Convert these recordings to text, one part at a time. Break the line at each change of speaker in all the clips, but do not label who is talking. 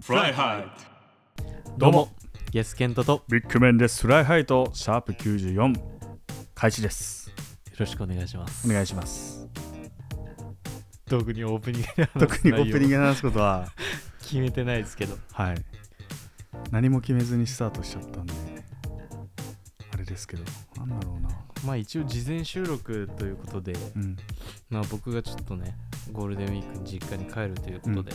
フライハイ
どうも、イエスケントとよ
ビッグメンです。フライハイト、シャープ94、開始です。
ろしくお願いします。
お願いします。
特にオープニングで話す
特にオープニン
内容
グで話すことは、
決めてないですけど、
はい。何も決めずにスタートしちゃったんで、あれですけど、なんだろうな。
まあ一応事前収録ということで、
うん。
まあ僕がちょっとね、ゴールデンウィークに実家に帰るということで、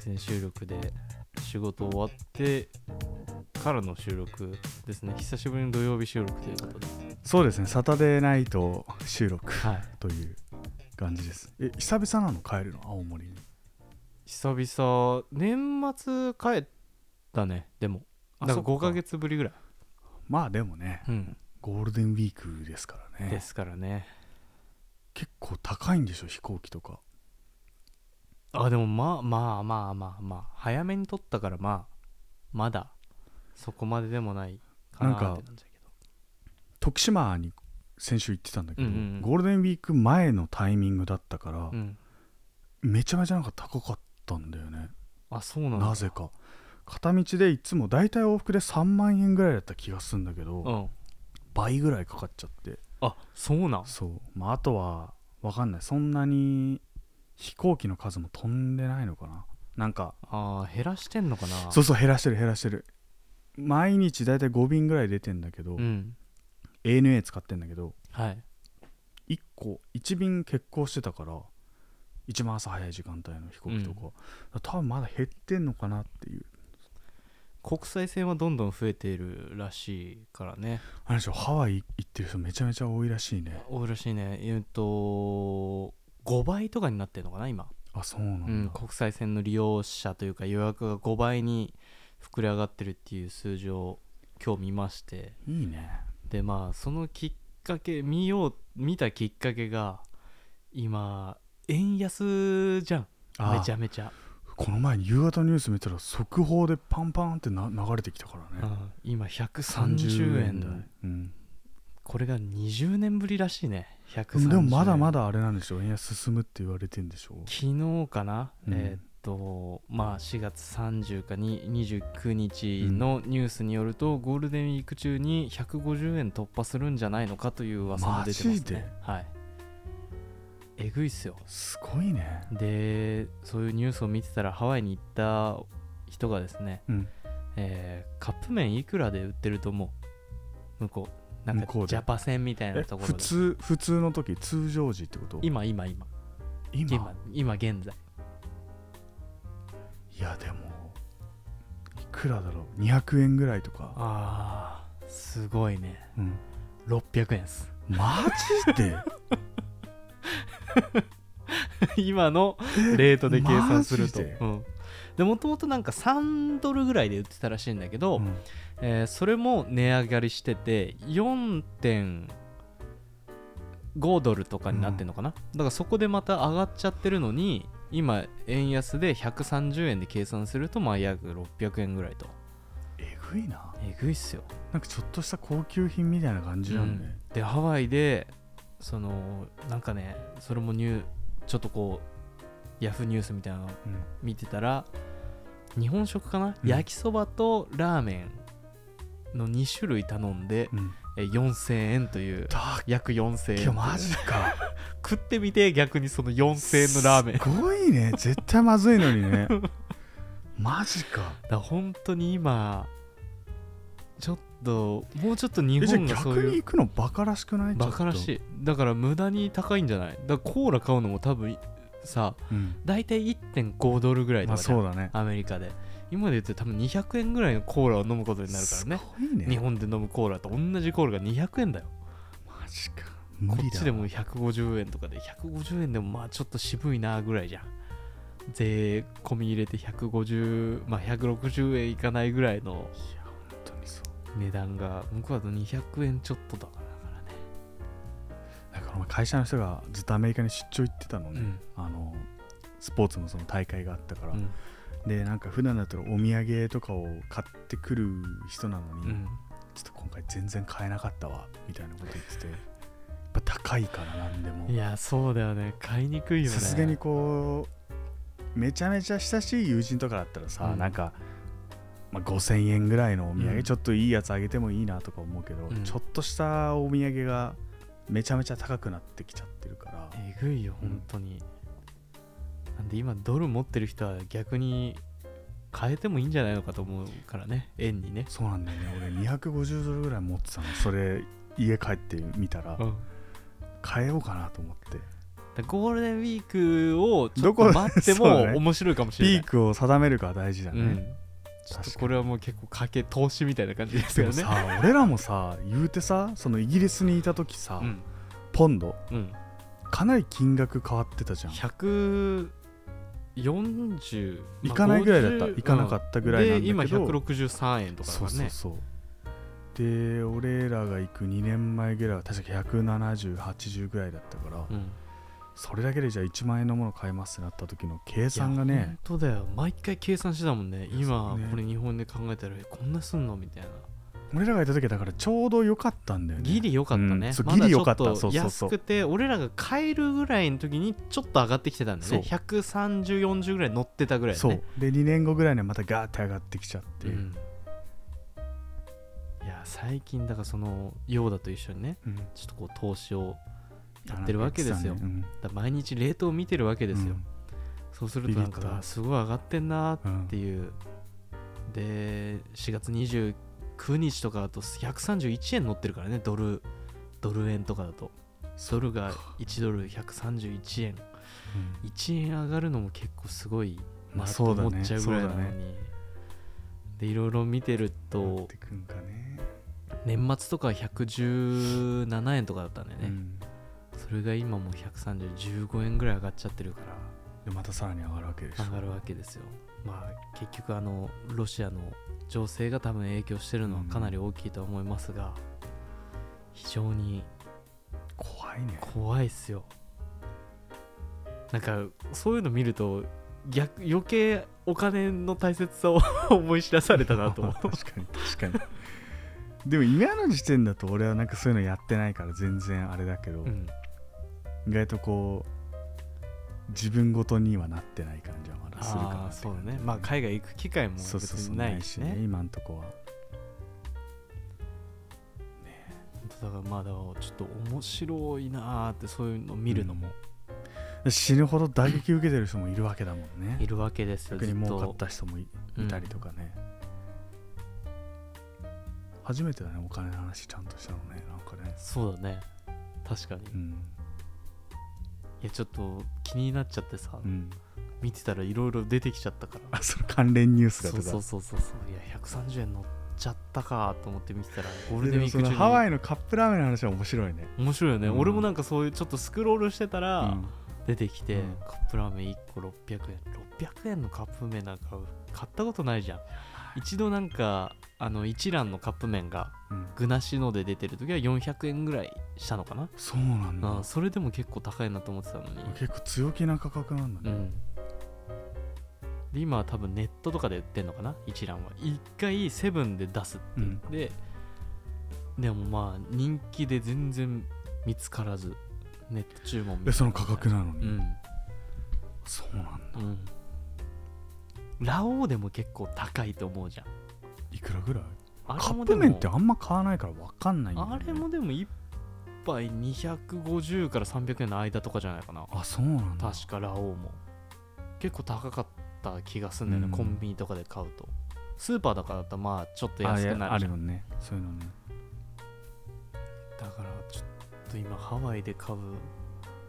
事前収録で仕事終わってからの収録ですね。久しぶりの土曜日収録ということで。
そうですね、サタデーナイト収録
はい。
という感じです。え、久々なの帰るの青森に。
久々、年末帰ったね、でも。
あ
だか
そ
ら
っか
5ヶ月ぶりぐらい。
まあでもね、
うん。
ゴールデンウィークですから
で
ね。
すからね。
結構高いんでしょ、飛行機とか。
あでもまあまあまあまあまあ早めに取ったからまあまだそこまででもないかな
なんか
って感じだけど
徳島に先週行ってたんだけど、
うんうんうん
ゴールデンウィーク前のタイミングだったから、
うん
めちゃめちゃなんか高かったんだよね、
あそうなんだ
なぜか片道でいつも大体往復で3万円ぐらいだった気がするんだけど、
うん
倍ぐらいかかっちゃって
あそうなん
そう、まあ、あとは分かんないそんなに飛行機の数も飛んでないのかななんか
あー減らしてんのかな
そうそう減らしてる減らしてる毎日大体5便ぐらい出てんだけど、
うん、
ANA 使ってんだけど
はい
1個1便欠航してたから一番朝早い時間帯の飛行機とか、多分まだ減ってんのかなっていう
国際線はどんどん増えているらしいからね
あれでしょハワイ行ってる人めちゃめちゃ多いらしいね
多いらしいねえっと5倍とかになってるのかな今、
あそうなんだ、
うん、国際線の利用者というか予約が5倍に膨れ上がってるっていう数字を今日見まして
いいね
でまあそのきっかけ見よう見たきっかけが今円安じゃん
あ
めちゃめちゃ、
この前夕方ニュース見たら速報でパンパンってな流れてきたから
う
ね
ん今130円
台、うん、
これが20年ぶりらしいね
で
130円
もまだまだあれなんでしょ円安進むって言われてんでしょ
昨日かな、
うん
えーっとまあ4月30かに29日のニュースによると、ゴールデンウィーク中に150円突破するんじゃないのかという噂も出てま
マ
す
ジで
ねはいえぐいっすよ
すごいね
でそういうニュースを見てたらハワイに行った人がですね、
うん
えーカップ麺いくらで売ってると思う向こうなんか
向こうで
ジャパ戦みたいな
え
ところ
普
で
通普通の時通常時ってこと
今今今
今
今今現在
いやでもいくらだろう200円ぐらいとか、
あーすごいね
うん、
600円です
マジで
今のレートで計算すると
マジで
うんでもともとなんか3ドルぐらいで売ってたらしいんだけど、
うん
えーそれも値上がりしてて4.5ドルとかになってるのかな、だからそこでまた上がっちゃってるのに今円安で130円で計算するとまあ約600円ぐらいと
えぐいな
えぐいっすよ
なんかちょっとした高級品みたいな感じだね、
でハワイでそのなんかねそれもニューちょっとこうヤフーニュースみたいなの
うん
見てたら日本食かな、
うん
焼きそばとラーメンの2種類頼んで
うん
え4000円という
だ
約4000円
っけマジ か
食ってみて逆にその4000円のラーメンだか
すごいね絶対まずいの にねマジから
本当に今ちょっともうちょっと日
えじゃあ
本がそう
逆に
いう
行くのバカらしくない
バカらし、いだから無駄に高いんじゃないだからコーラ買うのも多分さ
ちょっとうん
大体1.5ドルぐらい
ま
と
あ
かじゃん
そうだね
アメリカで今で言って多分200円ぐらいのコーラを飲むことになるからね
すごいね
日本で飲むコーラと同じコーラが200円だよ
マジか
こ
無理
っ
だ
ちでも150円とかで150円でもまあちょっと渋いなぐらいじゃん税込み入れて150まあ160円いかないぐらいの
本当にそう
値段が向こうだと200円ちょっとだからね
だからお前会社の人がずっとアメリカに出張行ってたの
う
ね、
ん
あのスポーツのその大会があったから、
うん
でなんか普段だったらお土産とかを買ってくる人なのに、
うん
ちょっと今回全然買えなかったわみたいなこと言っててやっぱ高いからなんでも
いやそうだよね買いにくいよね
さすがにこうめちゃめちゃ親しい友人とかだったらさ、
うん
なんか、まあ、5000円ぐらいのお土産、
うん
ちょっといいやつあげてもいいなとか思うけど、
うん
ちょっとしたお土産がめちゃめちゃ高くなってきちゃってるから
えぐいよ
うん
本当に、なんで今ドル持ってる人は逆に変えてもいいんじゃないのかと思うからね円にね、
そうなんだよね俺250ドルぐらい持ってたのそれ家帰ってみたら
うん
変えようかなと思って
だからゴールデンウィークをちょっ
どこと
待って
そうだ
も
ね
面白いかもしれ
ピ
ない
ークを定めるかは大事だ
う
ね、
ん、ちょっとこれはもう結構賭け投資みたいな感じです
で
よ
も
ね
さ俺らもさ言うてさそのイギリスにいた時さ、
うん、
ポンド
うん、
かなり金額変わってたじゃん
140
行かないぐらいだった行かなか
っ
ったぐらいなんだけど、
で今163円とかだか
そう
ら
そう
ね
そうで俺らが行く2年前ぐらいは確か17080ぐらいだったから、
うん
それだけでじゃあ1万円のもの買えますってなった時の
い
計
や
算がね
本当だよ毎回計算してたもんね
いやそ
今
うね
これ日本で考えたらえこんなすんのみたいな
俺らがいた時はだからちょうど良かったんだよね
ギリ良かったね、
うんそう
まだ
ギリ良かった
ちょと
そうそうそう
安くて俺らが買えるぐらいの時にちょっと上がってきてたんだよね
そ
13040ぐらい乗ってたぐらいだ
そ
ね
うで2年後ぐらいにはまたガーって上がってきちゃって、
うんいや最近だからそのヨーダと一緒にね
うん
ちょっとこう投資をやってるわけですよ
なんか言って
だから毎日レートを見てるわけ
たねうん
ですよ、そうするとなん
ビビった
かあすごい上がってんなーっ
うんうん
ていうで4月29日とかだと131円乗ってるからねドルドル円とかだとドルが1ドル131円
うん
1円上がるのも結構すごいな
まあ
と
そうだ
思
ね
っちゃうぐらいな
そう
の
だ
に、でいろいろ見てる
どうなっ
と
てくんかね
年末とかは117円とかだったんだよ
う
ね、
ん
それが今もう13015円ぐらい上がっちゃってるから
でまたさらに上がるわけでしょ
上がるわけですよ。まあ結局あのロシアの情勢が多分影響してるのはかなり大きいとは思いますが、非常に
怖いね
怖いっすよ。なんかそういうの見ると逆余計お金の大切さを 思い知らされたなと思う。
確かに確かにでも今の時点だと俺はなんかそういうのやってないから全然あれだけ ど、
うん、
意外とこう自分ごとにはなってない感じはまだするかな
ああ
って
そ
感
う
じ
だね。まあ海外行く機会も
そう
別
そうそう
にないしね。
今んとこは
だからまあだからちょっと面白いなーってそういうの見るのも
死ぬほど打撃受けてる人もいるわけだもん
い
ね
るわけですよ。
逆に
ずっ
儲
と
かった人もいいたりとかね、初めてだねお金の話ちゃんとしたのねなんかね
そうだね。確かに。
うん
いやちょっと気になっちゃってさ、
うん
見てたらいろいろ出てきちゃったから
あその関連ニュースが
そ
とか
うそうそうそうそういや130円乗っちゃったかと思って見てたらゴールデン
で
ウィ
も
ー
そ
ク
のハワ
中に
イのカップラーメンの話は面白いね
面白いよね、
うん
俺もなんかそういうちょっとスクロールしてたら出てきて、
うん
カップラーメン1個600円600円のカップ麺なんか買ったことないじゃん一度なんかあの一蘭のカップ麺が
うん
具なしので出てる時は400円ぐらいしたのかな、
そうなんだ
あそれでも結構高いなと思ってたのに
結構強気な価格なんだ
う
ね、
ん、で今は多分ネットとかで売ってんのかな一覧は一回セブンで出すって言って、でもまあ人気で全然見つからずネット注文
で
みたい
その価格なの
う
に、
ん、
そうなんだ
うん、ラオウでも結構高いと思うじゃん
いくらぐらい
あ
カ
れ
ッ
もで
プ
も
麺ってあんま買わないから分かんないんだよね
あれもでも1杯250から300円の間とかじゃないかな
あそうなんだ
確かラオウも結構高かった気がすんだよね、
うん
コンビニとかで買うとスーパーとかだったらまあちょっと
あ
安
い
く
や
な
あ
るじ
る
ゃん
よねそういうのね
だからちょっと今ハワイで買う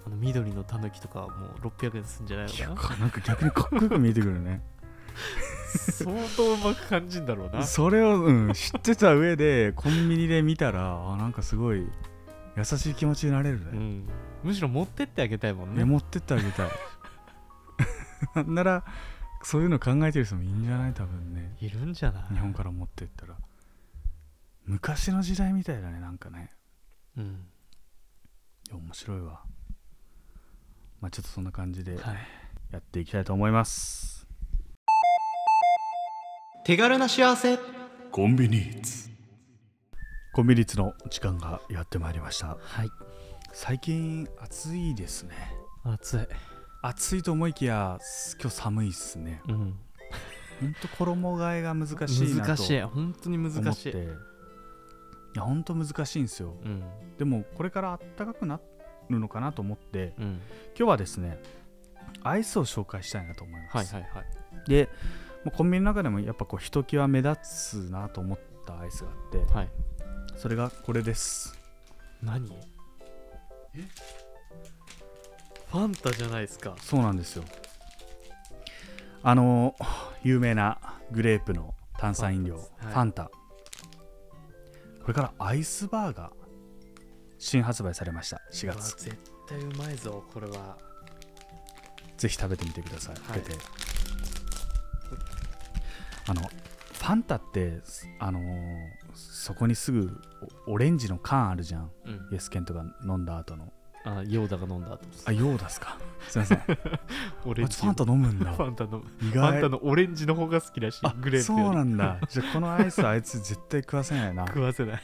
あの緑のタヌキとかもう600円すんじゃないの
いや
かな
なんか逆にかっこよく見えてくるね
相当うまく感じんだろうな
それを、うん、知ってた上でコンビニで見たらあなんかすごい優しい気持ちになれるね、
うん、むしろ持ってってあげたいもん
ね
ね
持ってってあげたい なんならそういうの考えてる人もいいんじゃない多分ね
いるんじゃない
日本から持ってったら昔の時代みたいだねなんかね
うん
いや面白いわまあちょっとそんな感じで
はい
やっていきたいと思います、
手軽な幸せ
コンビニーツ
コンビニ率の時間がやってまいりました
はい
最近暑いですね
暑い
暑いと思いきや今日寒いっすね
うん、
ほんと衣替えが難しいな
難
と
しい本当に
思
難
っ
してい、
いやほんと難しいんですよ
うん
でもこれから暖かくなるのかなと思って
うん、
今日はですねアイスを紹介したいなと思います、
はいはいはい
でもうコンビニの中でもやっぱこうひときわ目立つなと思ったアイスがあって
はい
それがこれです
何ファンタじゃないですか
そうなんですよあの有名なグレープの炭酸飲料
フ
フ
ァンタですはい
ァンタ、これからアイスバーが新発売されました4
うわ
月
絶対うまいぞこれは
ぜひ食べてみてください、
はい
開けてあのファンタってあのそこにすぐおオレンジの缶あるじゃん
うん
イエスケントが飲んだ後の
あヨーダが飲んだ後です
あヨーダっすかすいませんあい
オレンジ
つファンタ飲むんだ
ファンタの
意
ファンタ
外
のオレンジの方が好きらしい
あ
グレープ
そ
よ
う
り
なん だじゃあこのアイスあいつ絶対食わせないな
食わせない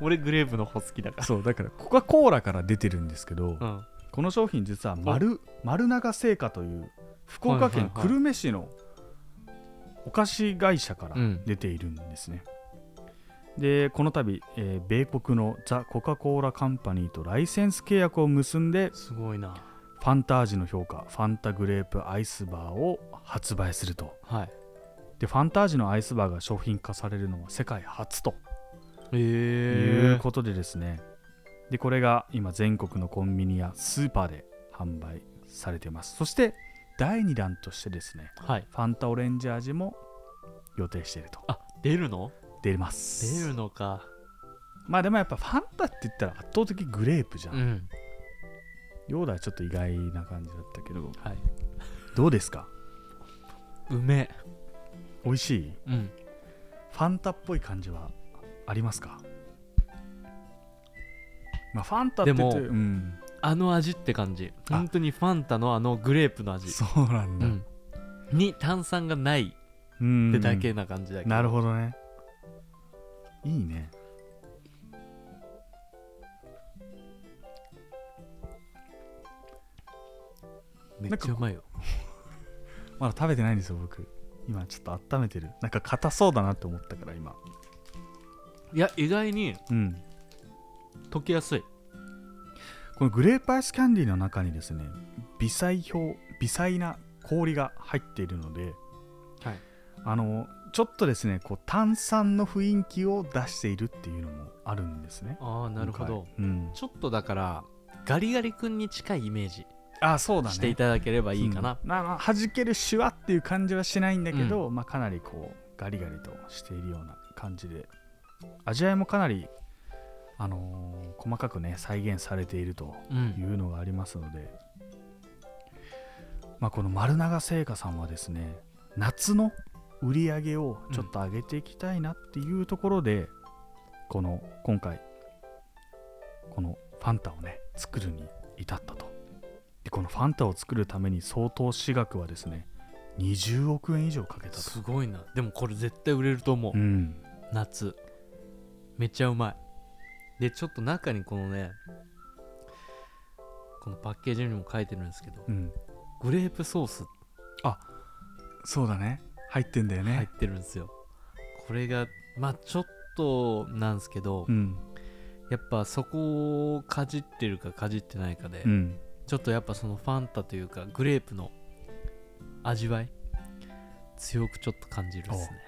俺グレープの方好きだか
そうだからコカ・コーラから出てるんですけど、
らうん
この商品実は丸丸永製菓という福岡県
はいはいはい
久留米市のお菓子会社から
うん
出ているんですね、でこの度、えー米国のザ・コカ・コーラカンパニーとライセンス契約を結んです
ごいな
ファンタ味の評価ファンタグレープアイスバーを発売すると
はい
でファンタージのアイスバーが商品化されるのは世界初とい
え
うことでですね、でこれが今全国のコンビニやスーパーで販売されていますそして第2弾としてですね
はい
ファンタオレンジ味も予定していると
あ出るの
出ます
出るのか
まあでもやっぱファンタって言ったら圧倒的グレープじゃん、
ん
ヨーダはちょっと意外な感じだったけど
はい
どうですか
うめ
美味しい
うん
ファンタっぽい感じはありますかまあファンタって言って
でも
うん、
あの味って感じ
あ
本当にファンタのあのグレープの味
そうなんだ、
うんに炭酸がない
うん
ってだけな感じだけど、
なるほどねいいね
めっちゃうまいよ
まだ食べてないんですよ僕今ちょっと温めてるなんか硬そうだなって思ったから今
いや意外に
うん
溶けやすい
このグレープアイスキャンディーの中にですね微細表微細な氷が入っているので、
はい
あのちょっとですねこう炭酸の雰囲気を出しているっていうのもあるんですね
ああなるほど、
今回うん、
ちょっとだからガリガリ君に近いイメージ
あそうだね
していただければいいかな、
うんまあまあ弾けるシュワっていう感じはしないんだけど、まあ、かなりこうガリガリとしているような感じで味わいもかなり、あのー細かくね再現されていると
うん
いうのがありますので、まあ、この丸永製菓さんはですね夏の売り上げをちょっと上げていきたいなっていうところで、この今回このファンタをね作るに至ったとでこのファンタを作るために相当私学はですね20億円以上かけたと
すごいなでもこれ絶対売れると思う、
うん
夏めっちゃうまいでちょっと中にこのねこのパッケージにも書いてるんですけど
うん
グレープソース
そうだね入ってんだよね、
入ってるんですよこれがまあちょっとなんですけど、
うん
やっぱそこをかじってるかかじってないかで、
うん
ちょっとやっぱそのファンタというかグレープの味わい強くちょっと感じるですね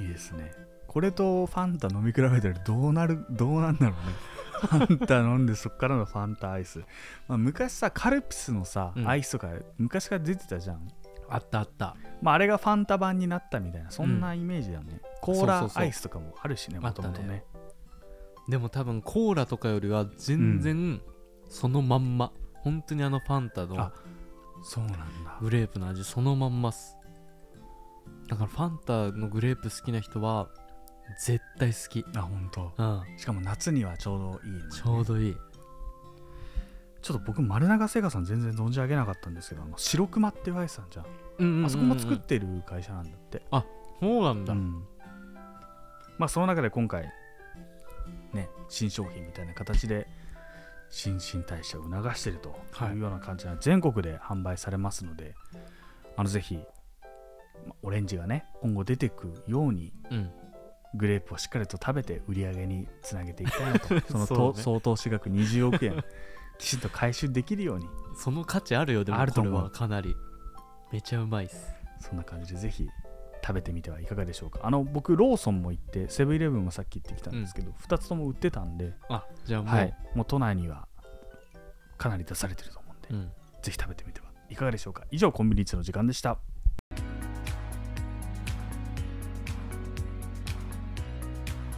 いいですねこれとファンタ飲み比べたらどうなるどうなんだろうね ファンタ飲んでそっからのファンタアイス、まあ、昔さカルピスのさ、
うん
アイスとか昔から出てたじゃん、
あったあった
まあ、あれがファンタ版になったみたいなそんなイメージだよね、コー
そう
ラ
そうそう
アイスとかもあるしね
あ
も
っ
と
たね
もとね
でも多分コーラとかよりは全然そのまんま、本当にあのファンタの
あそうなんだ
グレープの味そのまんまっすだからファンタのグレープ好きな人は絶対好き
あ本当。
うん
しかも夏にはちょうどいいね、
ちょうどいい
ちょっと僕丸永製菓さん全然存じ上げなかったんですけどあの白熊っていうアイスさんじゃん,、
うんうんうんうん
あそこも作ってる会社なんだって
そうなんだ、
うん、まあその中で今回ね新商品みたいな形で新陳代謝を促していると
はい
いうような感じな全国で販売されますのであのぜひまオレンジがね今後出てくように
うん
グレープをしっかりと食べて売り上げにつなげていきた いなとその
そう
と、
ね
総投資額20億円きちんと回収できるように
その価値あるよでも
あると
これ
思う
はかなりめちゃうまいっす
そんな感じでぜひ食べてみてはいかがでしょうかあの僕ローソンも行ってセブンイレブンもさっき行ってきたんですけど、2つとも売ってたんで、
あじゃあもう、
はい、もう都内にはかなり出されてると思うんで、
うん、
ぜひ食べてみてはいかがでしょうか以上コンビニッツの時間でした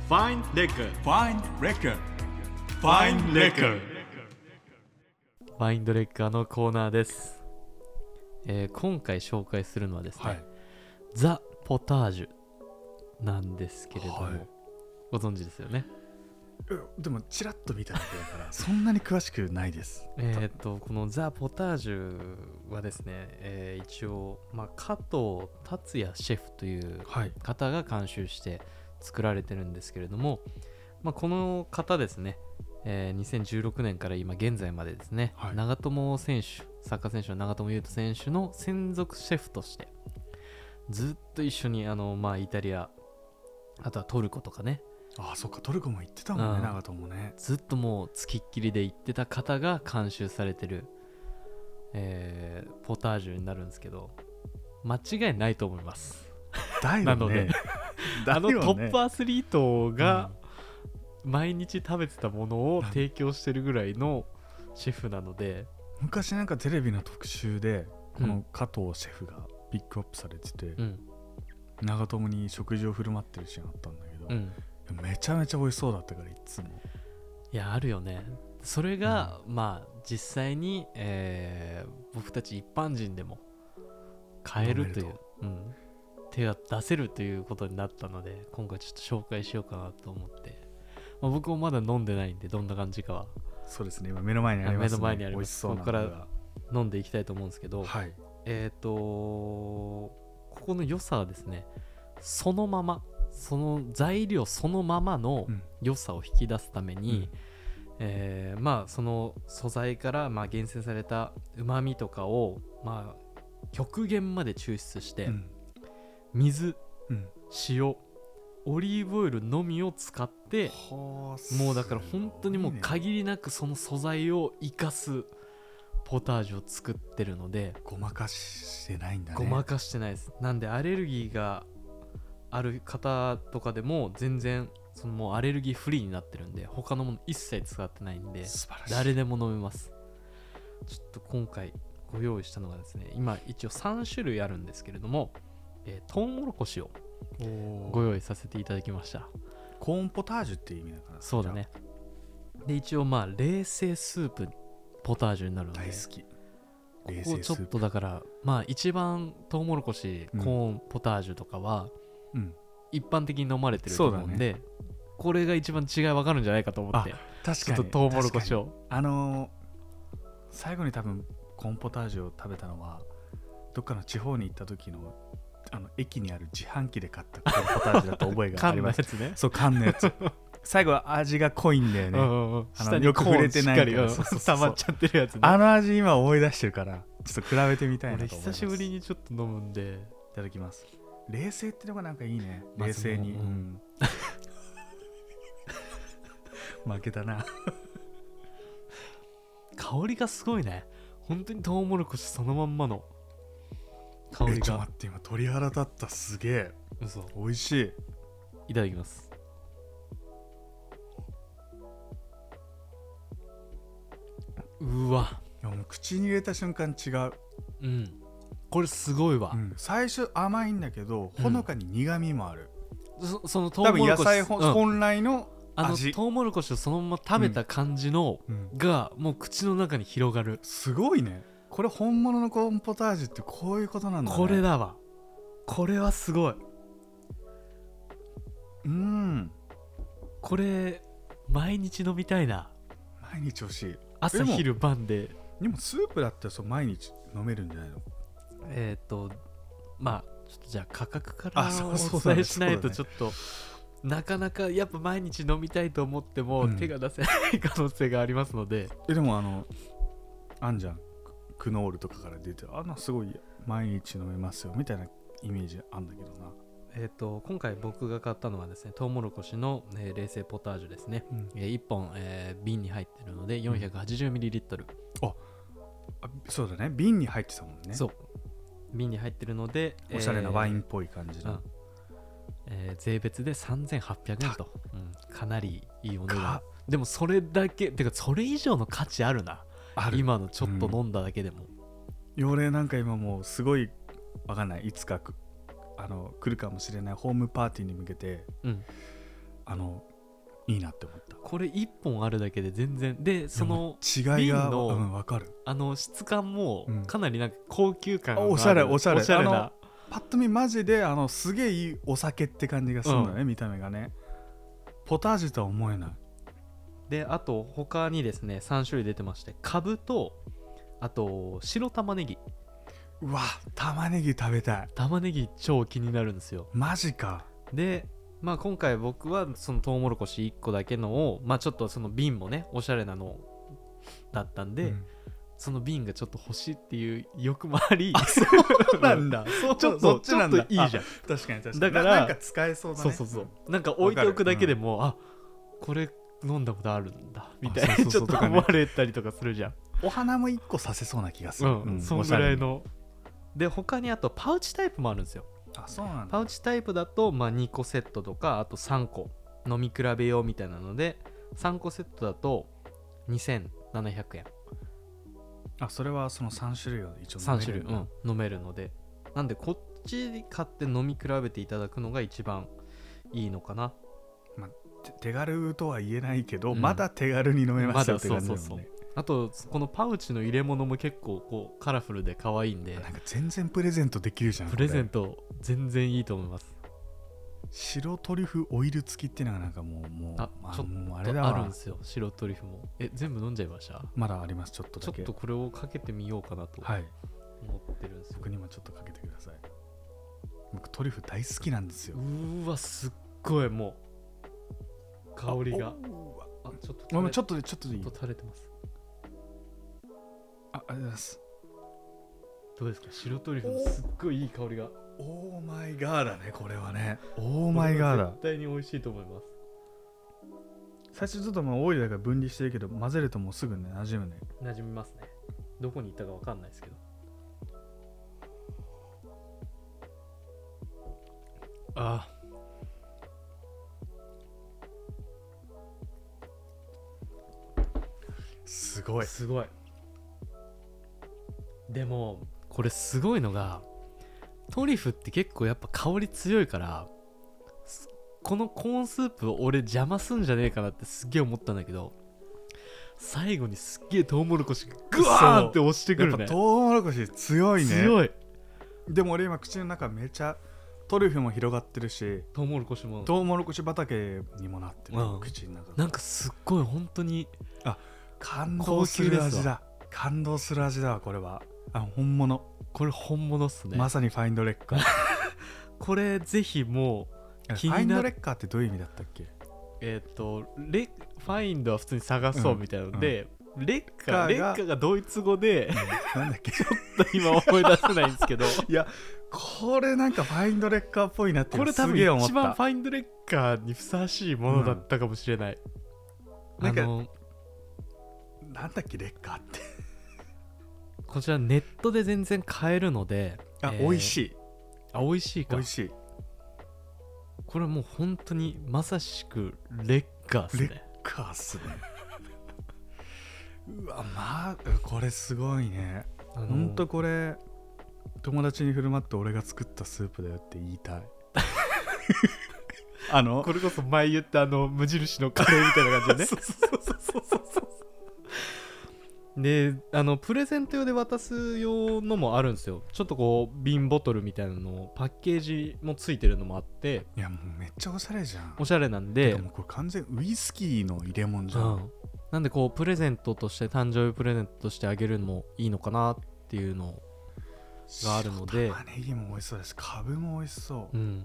ファインレッグ
Find record. Find record.
ワインドレッカーのコーナーです、えー今回紹介するのはですね、
はい。
ザ・ポタージュなんですけれども、
はい
ご存知ですよね
でもちらっと見ただけだから そんなに詳しくないです
えーっとこのザ・ポタージュはですね、えー一応、まあ、加藤達也シェフという
はい
方が監修して作られてるんですけれども、まあ、この方ですね、えー2016年から今現在までですね、
はい
長友選手サッカー選手の長友佑都選手の専属シェフとしてずっと一緒にあの、まあ、イタリアあとはトルコとかね
ああそっかトルコも行ってた
もんねうん長
長友ね
ずっともう付きっきりで行ってた方が監修されてる、えーポタージュになるんですけど間違いないと思います
だよね
なので あ
だよ
の
ね
トップアスリートが毎日食べてたものを提供してるぐらいのシェフなので、
昔なんかテレビの特集でこ
う
の
ん
加藤シェフがピックアップされてて、
うん
長友に食事を振る舞ってるシーンあったんだけど、
うん、
めちゃめちゃ美味しそうだったからいつも
いやあるよねそれが、まあ実際に、えー僕たち一般人でも買えるとい
飲
う
める
うん、手が出せるということになったので今回ちょっと紹介しようかなと思って、まあ僕もまだ飲んでないんでどんな感じかは
そうですね今目の前にあります、ね、
目の前にあります
美味しそうなの
ここ
が
飲んでいきたいと思うんですけど、
はい
えっ、とここの良さはですねそのままその材料そのままの
うん
良さを引き出すために、
うん
えーまあその素材から、まあ、厳選されたうまみとかを、まあ、極限まで抽出して、
うん
水
うん
塩オリーブオイルのみを使って
はあ
もうだから本当にもう
すごいね
限りなくその素材を生かすポタージュを作ってるので、
ごまかしてないんだね
ごまかしてないですなんでアレルギーがある方とかでも全然そのもうアレルギーフリーになってるんで他のもの一切使ってないんで
素晴らしい
誰でも飲めますちょっと今回ご用意したのがですね今一応3種類あるんですけれども、えー、トウモロコシを
お
ご
ー
用意させていただきました
コーンポタージュっていう意味だから
そうだねで一応まあ冷製スープポタージュになるので
大好き
こ
冷
こ
製
ち
ス
ょ
ー
っ
プ
とだからまあ一番トウモロコシ
うん
コーンポタージュとかは、
うん
一般的に飲まれてると思うんで、これが一番違い分かるんじゃないかと思って
確
ちょっとトウモロコシ
を
を
あのー最後に多分コーンポタージュを食べたのはどっかの地方に行った時のあの駅にある自販機で買ったコーンポタージュだと覚えがあり
缶の
ま
や
す
つね
そう缶のやつ 最後は味が濃いんだよ
う
ね、
んうんうん
あの
下に
よく触れてない
コーンしっかり
から
うん
そうそうそう
溜まっちゃってるやつね
あの味今思い出してるからちょっと比べてみたい
俺
なと思います
久しぶりにちょっと飲むんで
いただきます冷静ってのがなんかいいね
ま
冷
ずもう
静に、
う
うん 負けたな
香りがすごいね本当にトウモロコシそのまんまの香
え
り
ちょっと
が
待って今鳥肌立ったすげえ
嘘
美味しい
いただきますうわ
いやもう口に入れた瞬間違う、
うんこれすごいわ、
最初甘いんだけど
うん
ほのかに苦みもある、
そそのト
多
ウ
分
モロ
野
コシ
菜ほ
うん
本来の
あの
味、
トウモロコシをそのまま食べた感じの、
うん
がもう口の中に広がる、
すごいねこれ本物のコーンポタージュってこういうことなんだ、ね、
これだわこれはすごい
うん
これ毎日飲みたいな
毎日欲しい
朝
でも
昼晩で
でもスープだったらそう毎日飲めるんじゃないの
えっ、とまあちょっとじゃあ価格から
あそうそう
お
だね
伝えしないとち
そ
ょっとなかなかやっぱ毎日飲みたいと思っても
うん
手が出せない可能性がありますので、
えでもあのあんじゃんククノールとかから出てあんなすごい毎日飲めますよみたいなイメージあんだけどな、
えー、と今回僕が買ったのはですねトウモロコシの、えー冷製ポタージュですね、え1本、えー瓶に入ってるので 480ml、
あそうだね瓶に入ってたもんね
そう瓶に入ってるので
おしゃれなワイ
ン
ンっぽい感じの、
えー税別で3800円と、うんかなりいいお値段
か
でもそれだけてかそれ以上の価値あるな
ある
今のちょっと飲んだだけでも、
俺なんか今もうすごいわかんないいつかくあの来るかもしれないホームパーティーに向けて
うん
あのいいなって思った
これ1本あるだけで全然でその
違いが
瓶の
うん、わかる
あの質感も
うん
かなりなんか高級感があ
あ
る
おしゃれおしゃれ
おしゃれ
あ
な
のパッと見マジであのすげえいいお酒って感じがするんだね、見た目がねポタージュとは思えない
であと他にですね3種類出てましてかぶとあと白玉ねぎ
うわ玉ねぎ食べたい
玉ねぎ超気になるんですよ
マジか
で、まあ、今回僕はそのトウモロコシ1個だけのを、まあ、ちょっとその瓶もねおしゃれなのだったんで、
うん
その瓶がちょっと欲しいっていう欲もあり
そうな んだそう
ちょっと
そっちなんだ
ちょっといいじゃん
あ確かに確かに
だから
ななんか使えそうだ
そ
ね
うそうそうなんか置いておくだけでも、あこれ飲んだことあるんだみたいな
そうそ
ち
うそう
ょっと
とか
思
ね
われたりとかするじゃん
お花も一個させそうな気がす
う
る、
ん、そんぐらいので他にあとパウチタイプもあるんですよ
おしゃれにあそうなんだ
パウチタイプだと、まあ、2個セットとかあと3個飲み比べようみたいなので3個セットだと2700円
あそれはその3種類を一応
3種類、
飲
う
めるん
ん飲めるの
だ、
でなんでこっち買って飲み比べていただくのが一番いいのかな
て手軽とは言えないけど、
うん
まだ手軽に飲めますよって感じだもんね、
まだそうそうあとこのパウチの入れ物も結構こうカラフルで可愛いんで
なんか全然プレゼントできるじゃん
プレゼン
こ
ト全然いいと思います
れ白トリュフオイル付きっていうのがなんかもうもう
あ
ま
ちょっと
もう
あ
あれだ
あるん
わ
ですよ白トリュフもえ全部飲んじゃいました
まだありますちょっと
ちょっ
だけ
とこれをかけてみようかなと
はい
思ってるんですよ、
僕にもちょっとかけてください僕トリュフ大好きなんですよ
うーわすっごいもう香りが
うわ
あちょっと
まあまあちょ
っ
っとでちょっとでいい
と垂れてます
あありがとうございます
どうですか白トリュフのすっごいいい香りが
オーマイガーだねこれはねオーマイガーだ
絶対に美味しいと思います
最初ちょっとまあオイルだから分離してるけど混ぜるともうすぐね馴染むね
馴染みますねどこに行ったかわかんないですけどああ
すごい
すごいでもこれすごいのがトリュフって結構やっぱ香り強いからすこのコーンスープ俺邪魔すんじゃねえかなってすっげえ思ったんだけど最後にすっげえトウモロコシがグワーンって押してく
やっ
る
ぱ
ね
トウモロコシ強いね
強い
でも俺今口の中めちゃトリュフも広がってるし
トウモロコシも
トウモロコシ畑にもなってる、
うん
口の中が
なんかすっごい本当に
感動す
高級
る
ですわ
味だ感動する味だわこれはあ本物、
これ本物っすね、
まさにファインドレッカー
これぜひも
フ
気にな
ァインドレッカーってどういう意味だったっけ
うえっ、とレファインドは普通に探そうみたいなので、レッカ
レッカーが
ーレッカーがドイツ語で
なんだっけ
今思い出せないんですけど
いやこれなんかファインドレッカーっぽいなって
これ多
すげえ
分
思った
一番ファインドレッカーにふさわしいものだったかもしれない、
うん
あ
なんか
の
なんだっけレッカーって
こちらネットで全然買えるので
あ、
え
美
ー
味しい
あ美味しい
美
か
味しい
これはもう本当にまさしくレッカーです
レッ
ね
カーっすね うわまあこれすごいね
あの
ほんとこれ友達に振る舞って俺が作ったスープだよって言 いたいあの
これこそ前言ったあの無印のカレーみたいな 感じでねであのプレゼント用で渡す用のもあるんですよちょっとこう瓶ボトルみたいなのをパッケージもついてるのもあって
いやもうめっちゃおしゃれじゃん
おしゃれなん
で
で、
もうこれ完全ウイスキーの入れ物じ
う
ゃん、
ん、なんでこうプレゼントとして誕生日プレゼントとしてあげるのもいいのかなっていうのをがあるので
白玉ねぎも美味しそうだしかぶも美味しそう、
うん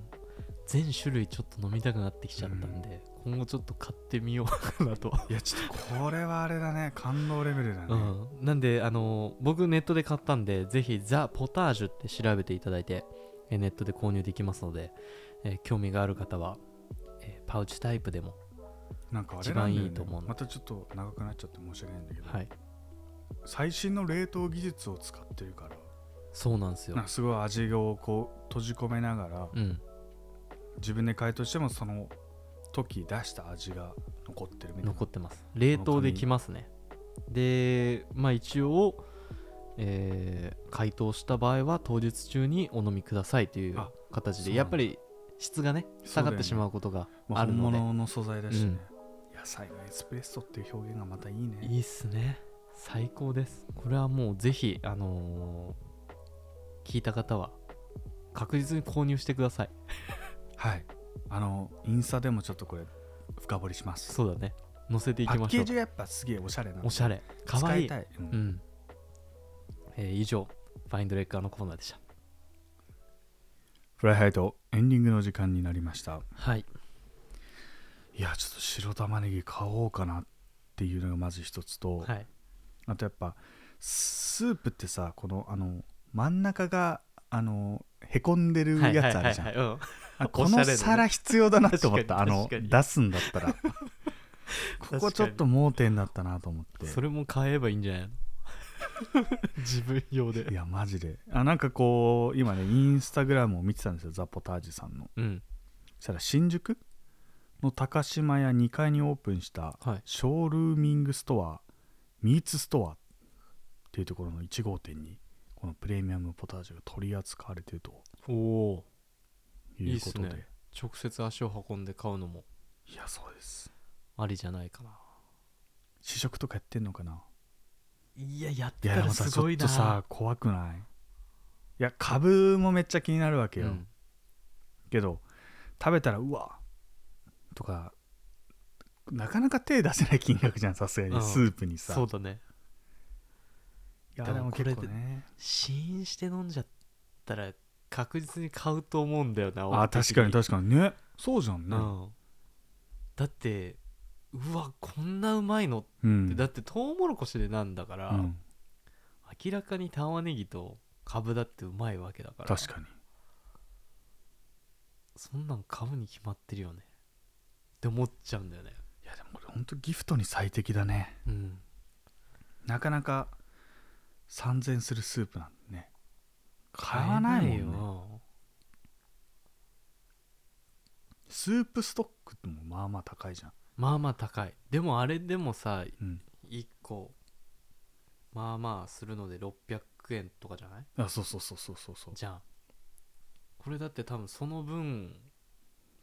全種類ちょっと飲みたくなってきちゃったんで、今後ちょっと買ってみようかなと、
いやちょっとこれはあれだね感動レベルだね、
うん、なんであの僕ネットで買ったんでぜひザ・ポタージュって調べていただいてえネットで購入できますので、えー興味がある方は、えーパウチタイプでも
なんかあれなんだよ、ね、
一番いいと思うの
またちょっと長くなっちゃって申し訳ないんだけど、
はい
最新の冷凍技術を使ってるから
そうなんですよ
なんかすごい味をこう閉じ込めながら
うん
自分で解凍してもその時出した味が残ってるみたいな
残ってます冷凍できますねでまあ一応、えー解凍した場合は当日中にお飲みくださいという
あ
形
そうなん
で
だ
やっぱり質がね
そう
下
だ
が
よ
っ
ね
てしまうことが
まあ
あるので、
本物の素材だしね、野菜のエスプレッソっていう表現がまたいいね
いいっすね最高ですこれはもうぜひあのー聞いた方は確実に購入してください
はいあのインスタでもちょっとこれ深掘りします
そうだね載せてい
パ
き
ッ
まし
ケ
ょ
ー
う
ジがやっぱすげえおしゃれな
おしゃれかわいい
使いたい、うん
うん、えー以上ファインドレッカーのコーナーでした
フライハイトエンディングの時間になりました
はい
いやちょっと白玉ねぎ買おうかなっていうのがまず一つと、
はい
あとやっぱスープってさこのあの真ん中があのへこんでるやつあるじゃん
はいはいはいはいうん
あ
お
こ
しゃ
の
れだね
皿必要だなと思ったあ
確かに
の
確かに
出すんだった らここちょっと盲点だったなと思って
それも買えばいいんじゃないの 自分用で
いやマジであなんかこう今ねインスタグラムを見てたんですよザ・ポタージュさんの
うん
そしたら新宿の高島屋2階にオープンした
はい
ショールーミングストアミーツストアっていうところの1号店にこのプレミアムポタージュが取り扱われていると
おお
いうこと
い
で
いっすね直接足を運んで買うのも
いやそうです
ありじゃないかな
試食とかやってんのかない
ややっ
い
て
や
た
でも
ら
さ
す
ちょ
ご
っ
いな
とさ怖くないいや株もめっちゃ気になるわけよ、
うん
けど食べたらうわとかなかなか手出せない金額じゃんさすが
う
に
ん
スープにさ、
そうだね
いや
でも
でも結構
これ
ね
試飲して飲んじゃったら確実に買うと思うんだよな
あ
俺
確
的
かに確かにねそうじゃんね、
うんだってうわこんなうまいのって、
うん
だってトウモロコシでなんだから、
うん
明らかに玉ねぎとカブだってうまいわけだから
確かに
そんなん買うに決まってるよねって思っちゃうんだよね
いやでもこれほんとギフトに最適だね
うん
なかなか3000するスープなんでね買わないもんね
買えよ
スープストックってもまあまあ高いじゃん、
まあまあ高いでもあれでもさ
うん、
1個まあまあするので600円とかじゃない
あそうそうそうそうそうそう
じゃんこれだって多分その分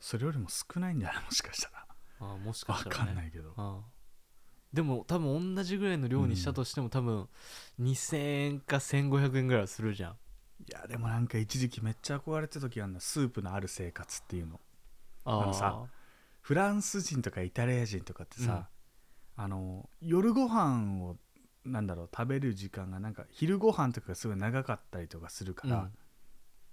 それよりも少ないん じゃないもしかしたら
あもしかした
分
ら、ね、
かんないけど
あでも多分同じぐらいの量にしたとしても、多分2000円か1500円ぐらいはするじゃん
いやでもなんか一時期めっちゃ憧れてた時あんなスープのある生活っていうの
あー
のさフランス人とかイタリア人とかってさ、あの夜ご飯をなんだろう食べる時間がなんか昼ご飯とかがすごい長かったりとかするから、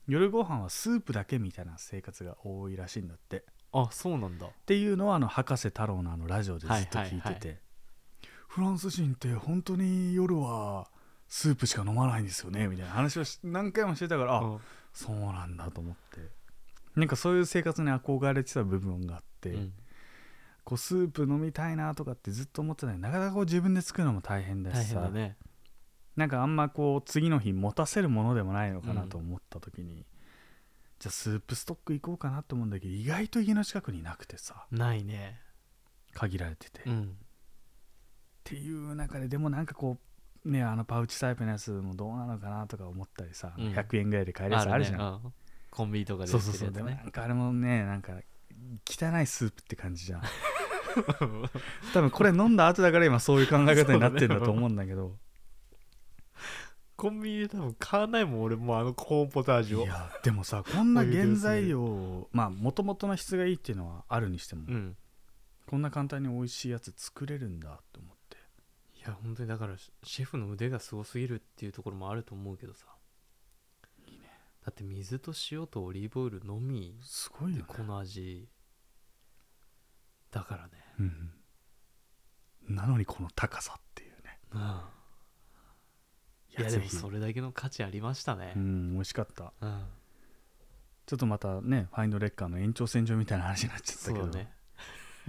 夜ご飯はスープだけみたいな生活が多いらしいんだってっ
うんあそうなんだ
ていうのはあの博士太郎のあのラジオでずっと聞いてて、
はいはいは
フランス人って本当に夜はスープしか飲まないんですよねみたいな話をし何回もしてたからあ、
うん
そうなんだと思ってなんかそういう生活に憧れてた部分があって、
うん
こうスープ飲みたいなとかってずっと思ってたけどなかなかこう自分で作るのも大変だ
大
し
変
さ
だね
なんかあんまこう次の日持たせるものでもないのかなと思った時に、じゃあスープストック行こうかなと思うんだけど意外と家の近くになくてさ
ないね
限られてて、
う
っ
ん
ていう中ででもなんかこうねあのパウチタイプのやつもどうなのかなとか思ったりさ、
うん
100円ぐらいで買えるやつあるじゃん、
ねうんコンビニとかで
そう
売っ
そう
てる
そ
やつ
うでもな
ね
んかあれもねなんか汚いスープって感 じじゃん多分これ飲んだ後だから今そういう考え方になってんだと思うんだけど
コンビニで多分買わないもん俺もうあのコーンポタージ
い
ュを
やでもさこんな
お湯で薄め
原
る
材料をまあもともとの質がいいっていうのはあるにしても、
うん
こんな簡単に美味しいやつ作れるんだと思って
いや本当にだからシシェフの腕がすごすぎるっていうところもあると思うけどさいいねって水と塩とオリーブオイルのみ
すごい
で
よね、
この味だからね
うん、なのにこの高さっていうね
うんいやで
ぜ
も
ひ
それだけの価値ありましたね
うん美味しかった
うん、
ちょっとまたねファインドレッカーの延長線上みたいな話になっちゃった
そう
け
だ
ど
ね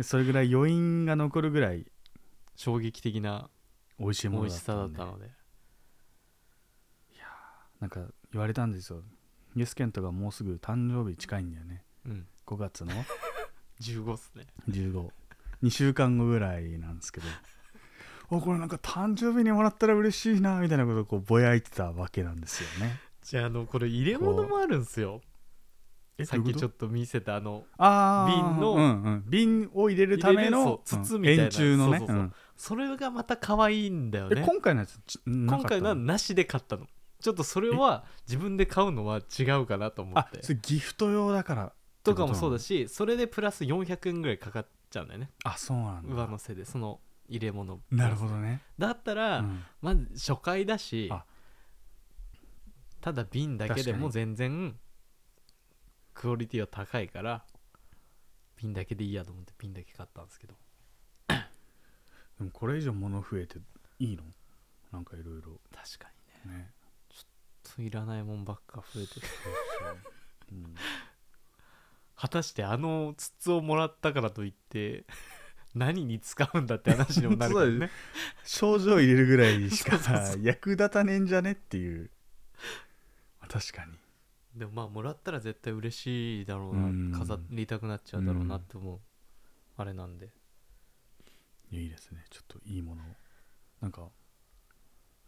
それぐらい余韻が残るぐらい
衝撃的な
美味しい
美
もの
味
だ
し
った
さだっ
んで
たので
なんか言われたんですよユースケントがもうすぐ誕生日近いんだよね
うん
5月 の
15っすね
152週間後ぐらいなんですけど おこれなんか誕生日にもらったら嬉しいなみたいなことをこうぼやいてたわけなんですよね
じゃああのこれ入れ物もあるんすよ
え
さっきちょ
っと
っと見せたあの
あー
瓶の
うんうん、瓶を入れるた
入れ
めの
るそう筒
うん
みたいな
円柱のね
そうそうそう
うん
それがまた可愛いんだよ
え
ね
今回のやつちな
今
かった
回のはなしで買ったのちょっとそれは自分で買うのは違うかなと思っ
あ
て
それギフト用だから
とかもそうだ
し
しそれでプラス400円ぐらいかかっちゃうんだよね
あそうなんだ
上乗せでその入れ物
なるほどね、
だった
う
ら、
ん、
まず初回だし
あ
ただ瓶だけでも全然クオリティは高いから瓶だけでいいやと思って瓶だけ買ったんですけど
でもこれ以上物増えていいのなんかいろいろ
確かにね
ね
そういらないもんばっか増えてる
うん
果たしてあの筒をもらったからといって 何に使うんだって話にもなるけど
そうだ
ね
よ症状入れるぐらいし か
そうそう
さ役立たねえんじゃねっていうまあ確かに
でもまあもらったら絶対嬉しいだろう
うん
な飾りたくなっちゃうだろうなって思うあれなんで
いやいいですねちょっといいものをなんか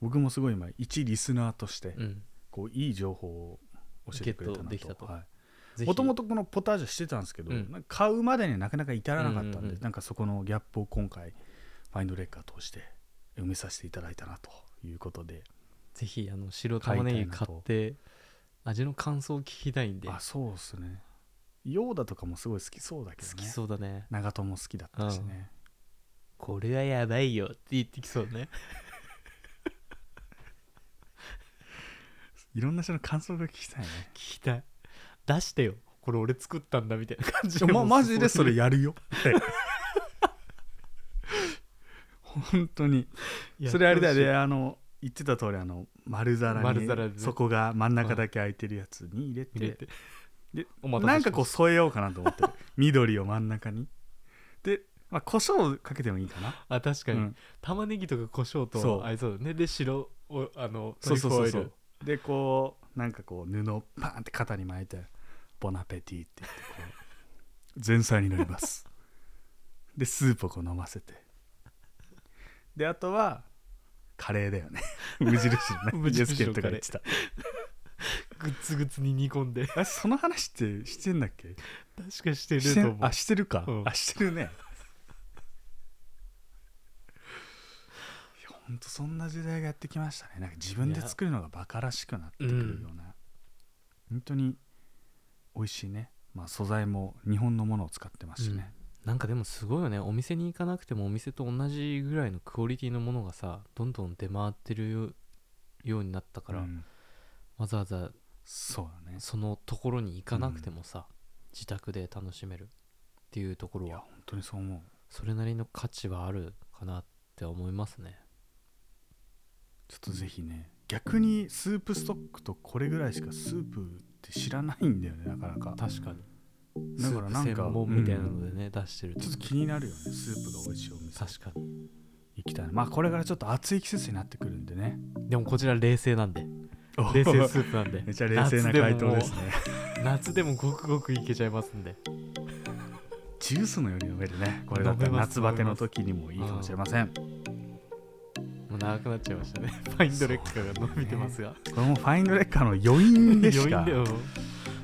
僕もすごい今一リスナーとして
うん
こういい情報を教えてくれたな
ゲットできたと
とはい
ぜひ
もともとこのポタージュしてたんですけど、
うん
なんか買うまでにはなかなか至らなかったんで、
うんうんうん
なんかそこのギャップを今回ファインドレッカー通して埋めさせていただいたなということで
ぜひあの白玉ねぎ
買いた
買
いなと
って味の感想を聞きたいんで好
あそうですねヨーダとかもすごい好きそうだけどね
きそうだね
長友好きだったしね、
これはやばいよって言ってきそう ね
いろんな人の感想が聞きたいね
聞きたい出してよこれ俺作ったんだみ たいな感じ
ま、マジでそれ
や
やるよ本当にそれあれだよねあの言ってた通りあの丸皿に
丸皿でね
そこが真ん中だけ空いてるやつに入れて,、
入れて
で
お待た
な
せ
んかこう添えようかなと思ってる緑を真ん中にで、まあ、胡椒かけてもいいかな
あ確かに、
うん
玉ねぎとか胡椒
そ
と
う
合いそうだねで白おあの
そうそうそう
ト
そ
リュフ
うでこうなんかこう布をパーンって肩に巻いて「ボナペティ」って言ってこう前菜になります でスープをこう飲ませてであとはカレーだ よね無印のね
無印の
ユースケットが言ってた
オイルグッツグツに煮込んで
あその話ってしてんだっけ
確かして
し
る
て
と
ん
思う
あしてるか、
うん
あしてるねいやほんとそんな時代がやってきましたねなんか自分で作るのがバカらしくなってくるような、本当に美味しいね、まあ、素材も日本のものを使ってますしね、
なんかでもすごいよねお店に行かなくてもお店と同じぐらいのクオリティのものがさどんどん出回ってるよようになったから、
うん
わざわざ
そうだね
そのところに行かなくてもさ、自宅で楽しめるっていうところ
いや
は
本当にそう思う
それなりの価値はあるかなって思いますね
ちょっとぜひね逆にスープストックとこれぐらいしかスープって知らないんだよねなかなか
確かに
だからなんか
スープ専門みたいなのでね、出してると
ちょっと気になるよねスープが美味しいお
確
店
かに
行きたいなまあこれからちょっと暑い季節になってくるんでね
でもこちら冷静なん で冷静スープなんで
めちゃ冷静な回答ですね
夏でもごくごくいけちゃいますんで
ジュースのように飲めるねこれだったら
飲めます
夏バテの時にもいいかもしれませんこ
もう長くなっちゃいました ねファインドレッカーが伸びてますが
れもファインドレッカーの余韻でし
余韻
か
でうん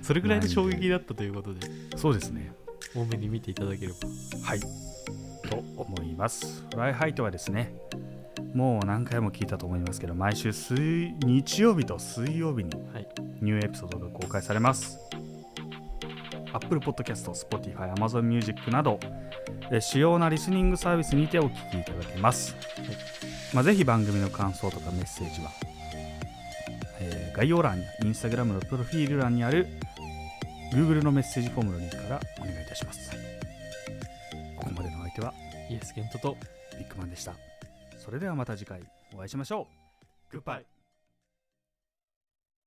それぐらいの衝撃だったということで
そうですね
多めに見ていただければ
はいと思いますフライハイトはですねもう何回も聞いたと思いますけど毎週水日曜日と水曜日に
はい
ニューエピソードが公開されます。Apple Podcast、Spotify、Amazon Music など、えー主要なリスニングサービスにてお聞きいただけます。まあ、ぜひ番組の感想とかメッセージは、えー概要欄やインスタグラムのプロフィール欄にある Google のメッセージフォームのリンクからお願いいたしますここまでのお相手は
イエスケントと
ビッグマンでしたそれではまた次回お会いしましょう
Goodbye.